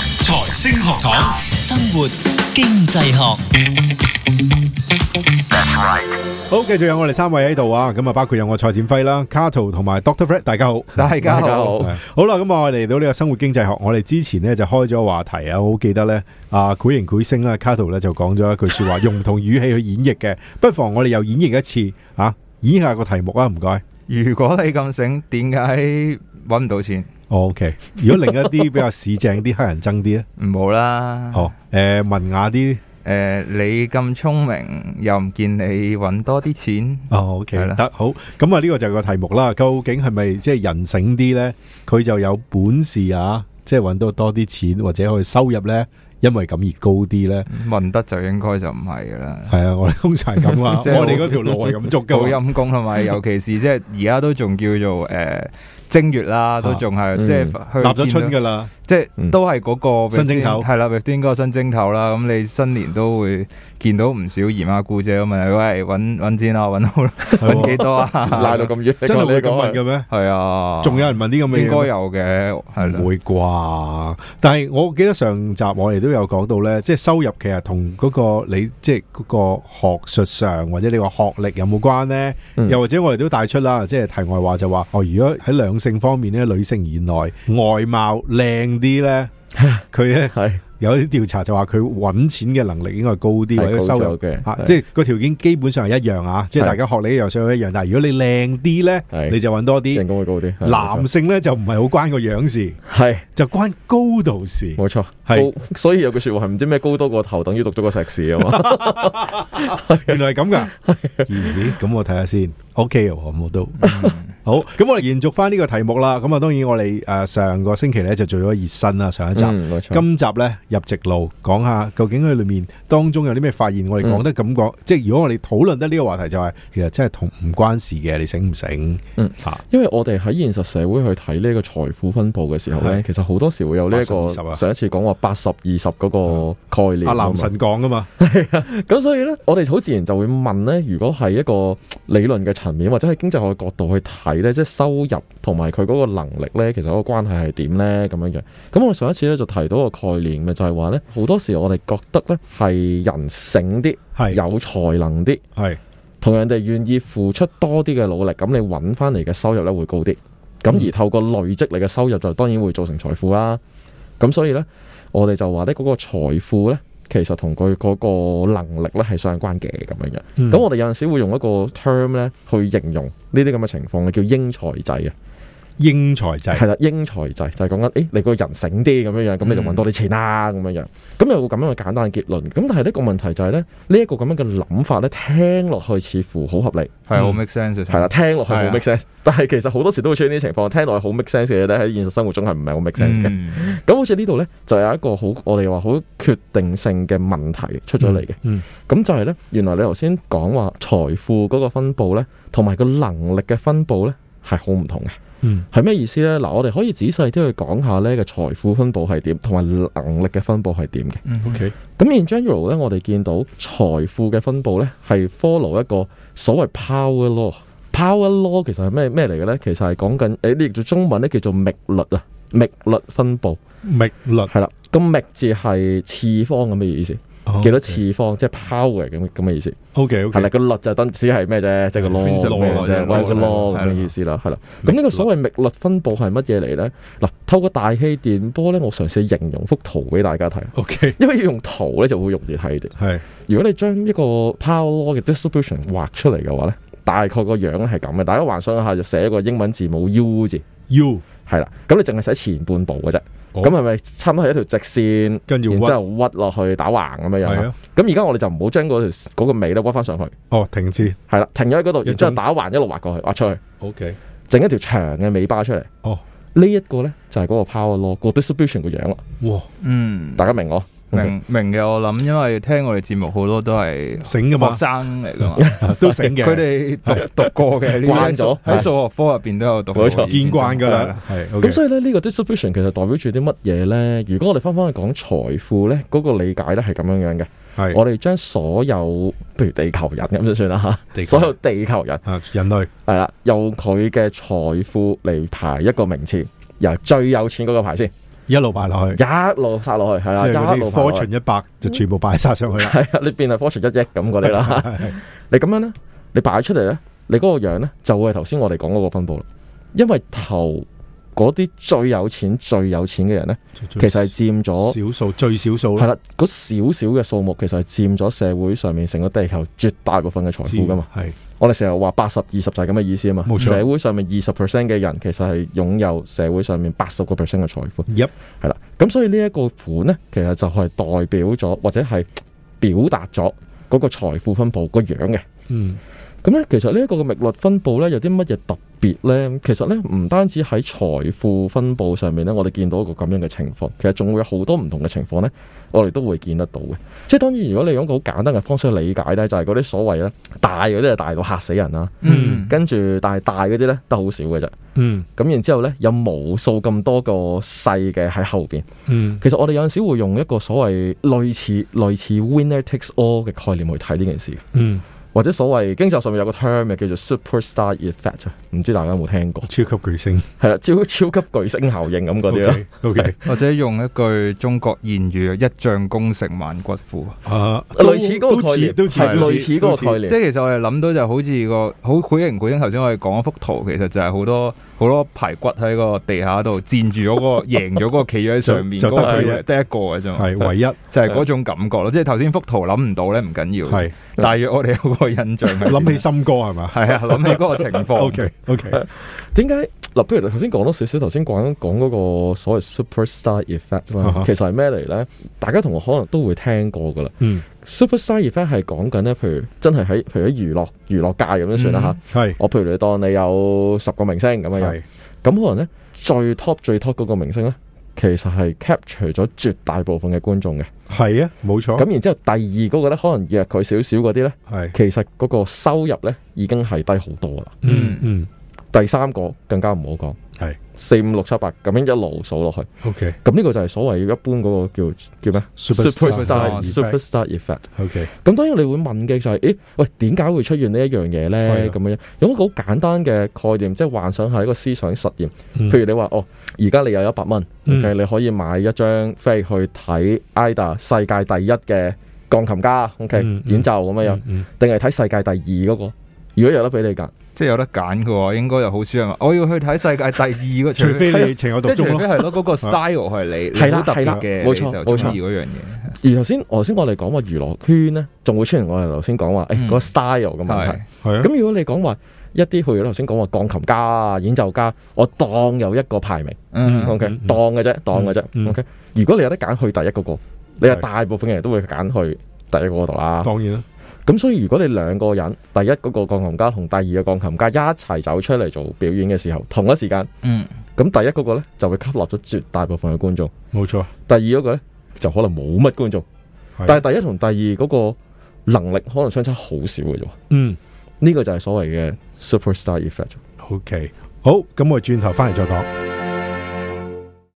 星學堂，生活經濟學。好，繼續有我哋三位喺度啊，咁啊包括有我蔡展輝啦、Cato 同埋 Doctor Fred，大家好。 大家好，係好啦，咁啊我哋嚟到呢個生活經濟學，我哋之前呢就開咗話題啊，我好記得呢，啊，繪形繪聲啦，Cato 呢就講咗一句說話，用唔同語氣去演繹嘅，不妨我哋又演繹一次啊，演繹下個題目啊，唔該。如果你咁醒，點解搵唔到錢？ O、k 如果另一啲比較市正啲、黑人憎啲呢？唔好啦。哦，诶、文雅啲，诶、你咁聰明，又唔見你搵多啲錢，哦，OK，係啦得好，咁啊呢個就係個題目啦。究竟係咪即係人醒啲呢？佢就有本事啊，即係搵到多啲錢或者佢收入呢，因為咁而高啲呢？問得就應該就唔係噶啦。，係啊，我哋通常係咁啊即係我哋嗰條路係咁捉好㗎嘛。陰公，同埋尤其 是即係而家都仲叫做诶、正月啦，都仲係嗯即係立去咗見到春㗎啦，即係嗯都係嗰個新蒸頭系啦 b 端嗰個新蒸頭啦。咁你新年都會見到唔少姨媽姑姐咁問你，喂，搵搵錢啊，搵好啦，係搵幾喎多啊？ 拉到咁遠，真係你會咁講啊問嘅咩？系啊，仲有人問啲咁嘅嘢應咩？該有嘅，係啦嗯唔。會啩？但係我記得上集我哋都有講到呢，即係收入其實同嗰個你即係嗰個學術上或者你話學歷有冇關呢？嗯又或者我哋都帶出啦，即係題外話就話哦，如果喺兩性方面呢，女性原來外貌靚啲 呢，佢呢係有啲調查就話佢揾錢嘅能力應該高啲，或者係收高入咗嘅啊，，係即係個條件基本上係一樣啊，即係係大家學歷一樣，上去一樣。但係如果你靚啲呢，係你就揾多啲人。工會高啲，係男性呢，就唔係好關個樣事。係就關高度事。冇錯，係高，所以有句说話係唔知咩高多過頭，等於讀咗個碩士啊 嘛，原來係咁 噶。咦？咁我睇下先。O K 喎，咁我都好。咁我哋延續翻呢個題目啦。咁啊，當然我哋誒上個星期咧就做咗熱身啦，上一集。嗯冇錯，今集呢，入直路講下究竟佢裏面當中有啲咩發現，我哋講得咁講，即係如果我哋討論得呢個話題就係、其實真係同唔關事嘅，你醒唔醒？因為我哋喺現實社會去睇呢個財富分布嘅時候咧，係其實好多時會有呢一個80-20啊上一次講話八十二十嗰個概念阿啊嘛男神講噶嘛，咁所以咧，我哋好自然就會問咧，如果係一個理論嘅層面，或者喺經濟學嘅角度去睇咧，即係收入同埋佢嗰個能力咧，其實嗰個關係係點咧咁樣嘅。咁我上一次咧就提到個概念嘅，就係話咧，好多時我哋覺得咧係人醒啲，係有才能啲，係同人哋願意付出多啲嘅努力，咁你揾翻嚟嘅收入咧會高啲。咁而透過累積你嘅收入，就當然會造成財富啦。咁所以呢，我哋就話呢嗰個財富呢，其實同佢嗰個能力呢係相關嘅咁樣嘅。咁、嗯我哋有陣時會用一個 term 呢去形容呢啲咁嘅情況嘅，叫英才制啊。英才制係啦，英才制就係講緊，誒你個人醒啲咁樣樣，咁你就揾多啲錢啦咁樣樣。咁有個咁樣嘅簡單嘅結論。咁但係呢個問題就係咧，呢一個咁樣嘅諗法咧，聽落去似乎好合理，係啊好 make sense 嗯係啦，，聽落去好係啊 make sense。但係其實好多時都會出現呢啲情況，聽落去好 make sense 嘅嘢咧，喺現實生活中係唔係好嗯 make sense 嘅。嘅，咁好似呢度呢，就有一個好我哋話好決定性嘅問題出咗嚟嘅。咁、嗯就係呢，原來你頭先講話財富嗰個分佈呢，同埋個能力嘅分佈呢，係好唔同嘅。嗯，係咩意思呢？嗱，我哋可以仔細啲去講下呢個財富分佈係點，同埋能力嘅分佈係點嘅。嗯，OK，咁 in general 呢，我哋見到財富嘅分佈呢，係 follow 一個所謂 power law。power law 其實係咩咩嚟嘅呢？其實係講緊誒，呢叫中文呢，叫做冪律啊，冪律分佈。密律係啦，咁冪字係次方咁嘅意思，幾多次方即係 power 咁咁嘅意思。 ？OK，OK，係啦，個律就等只係咩啫，即係個 law 咁 Principle 嘅啫，啫或者個 law law 咁嘅意思啦，係啦。冪咁呢個所謂冪律分佈係乜嘢嚟咧？嗱，透過大氣電波咧，我嘗試形容幅圖俾大家睇。 ，OK，因為要用圖咧就會容易睇啲。係如果你將一個 power law 嘅 distribution 畫出嚟嘅話咧，大概個樣係咁嘅。大家幻想一下，就寫一個英文字母 U 字， U，係啦。咁你淨係寫前半部嘅啫。好咁係咪差唔多係一條直線？跟住然哦屈之，後屈落去打橫咁樣樣係啦啊。，咁而家我哋就唔好將嗰條嗰個尾咧屈翻上去，哦，停先係啦，停咗喺嗰度，一種然之後打橫一路畫過去，畫出去， ，OK。整一條長嘅尾巴出嚟。哦，呢一個咧就係嗰個 power law 個 distribution 個樣啦，哇，嗯，大家明我？明明嘅，我諗，因為聽我哋節目好多都係醒噶嘛學，生嚟 噶嘛，都醒嘅，佢哋讀讀過嘅，呢啲慣咗喺數學科入邊都有讀過，冇錯見慣噶啦，係咁 OK，所以咧呢個 distribution 其實代表住啲乜嘢咧？如果我哋翻返去講財富咧，嗰個理解咧係咁樣樣嘅。係我哋將所有譬如地球人咁就 算啦地球嚇，所人有地球人啊，人類係啦，用佢嘅財富嚟排一個名次，由最有錢嗰個排先。一路擺落去，一路殺落去，係即啦，係嗰一路啲殺落去 fortune 一百就全部擺晒上去啦。係啊，你變係 fortune 一億咁嗰啲 啦。你咁樣咧，你擺出嚟咧，你嗰個樣咧就會係頭先我哋講嗰個分佈啦。因為頭嗰啲最有錢、最有錢嘅人咧， 其實係佔咗少數最少數係啦，啦，嗰少少嘅數目其實係佔咗社會上面成個地球絕大部分嘅財富噶嘛。係我哋成日話八十二十就係咁嘅意思啊嘛。冇錯社會上面二十 percent 嘅人其實係擁有社會上面八十個 percent 嘅財富。 Yep 係啦，咁所以呢一個款呢，其實就係代表咗或者係表達咗嗰個財富分佈個樣嘅。嗯咁咧，其實呢一個嘅冪律分佈咧，有啲乜嘢特別咧？其實咧，唔單止喺財富分佈上面咧，我哋見到一個咁樣嘅情況，其實仲會有好多唔同嘅情況咧，我哋都會見得到嘅。即係當然，如果你用一個好簡單嘅方式去理解咧，就係嗰啲所謂咧大嗰啲係大到嚇死人啦，嗯，跟住但係大嗰啲咧得好少嘅啫。嗯咁然之後咧，有無數咁多個細嘅喺後邊。嗯其實我哋有陣時會用一個所謂類似類似 winner takes all 嘅概念去睇呢件事嘅。嗯，或者所謂經濟學上面有個 term 嘅叫做 superstar effect，唔知大家有冇聽過？超級巨星係啦，超超級巨星效應咁嗰啲啦。 ，OK，或者用一句中國諺語，一將功成萬骨枯。啊，類似嗰都個概似念，都似係都類似嗰個概即念，係其實我哋諗到就好似個好鬼形鬼影，頭先我哋講嗰幅圖，其實就係好多好多排骨喺個地下度佔住嗰個 贏咗嗰個企咗喺上面就嗰就個得佢佢啫得一個嘅啫嘛，係唯一就係嗰種感覺咯。即係頭先幅圖諗唔到咧，唔緊要，係大約我哋有個印象 係諗起點森哥係嘛係啊，諗起嗰個情況。 ？OK OK，點解嗱？不如頭先講多少少，頭先講講嗰個所謂 superstar effect 啊哈啦，其實係咩嚟咧？大家同學可能都會聽過噶啦。嗯 superstar effect 係講緊咧，譬如真係喺譬如喺娛樂娛樂界咁樣嗯算啦嚇。係我譬如你當你有十個明星咁樣樣。係咁可能咧最 top 最 top 嗰個明星咧，其實係 capture 咗絕大部分嘅觀眾嘅。係啊，冇錯，咁、然之後第二嗰個咧，可能弱佢少少嗰啲咧，係其實嗰個收入咧已經係低好多啦。嗯嗯第三個更加唔好講，係四五六七八咁樣一路數落去。 OK 咁呢個就係所謂一般嗰個叫叫咩 Superstar effect superstar effect。 OK 咁當然你會問嘅就係、咦，喂，點解會出現呢一樣係嘢啊咧？咁樣有一個好簡單嘅概念，即係幻想係一個思想實驗。嗯譬如你話哦，而家你有一百蚊嗯，OK，你可以買一張飛去睇 IDA 世界第一嘅鋼琴家，OK 嗯嗯演奏咁樣樣，嗯定係睇世界第二嗰個？如果有得俾你揀，即係有得揀嘅喎，應該又好少人話我要去睇世界第二個，除非係你情有即係獨除鍾非咯，係咯，嗰個 style 係你，你啊係啦好特係啦別嘅，冇你錯就中冇意嗰樣嘢。而頭先頭先我哋講話娛樂圈咧，仲會出現我哋頭先講話誒嗯嗰個 style 嘅問題係。係啊，咁如果你講話一啲譬如頭先講話鋼琴家啊、演奏家，我當有一個排名。嗯 O K，嗯嗯當嘅啫，當嘅啫嗯。 O K，如果你有得揀去第一嗰個，你係係大部分嘅人都會揀去第一嗰個度啦。當然啦，咁所以如果你兩個人，第一嗰個鋼琴家同第二個鋼琴家一齊走出嚟做表演嘅時候，同一時間，嗯，咁第一嗰個呢就會吸納咗絕大部分嘅觀眾，冇錯，第二嗰個呢就可能冇乜觀眾，係但係第一同第二嗰個能力可能相差好少嘅啫喎。嗯。呢個就係所謂嘅 superstar effect。 OK，好，咁我哋轉頭翻嚟再講。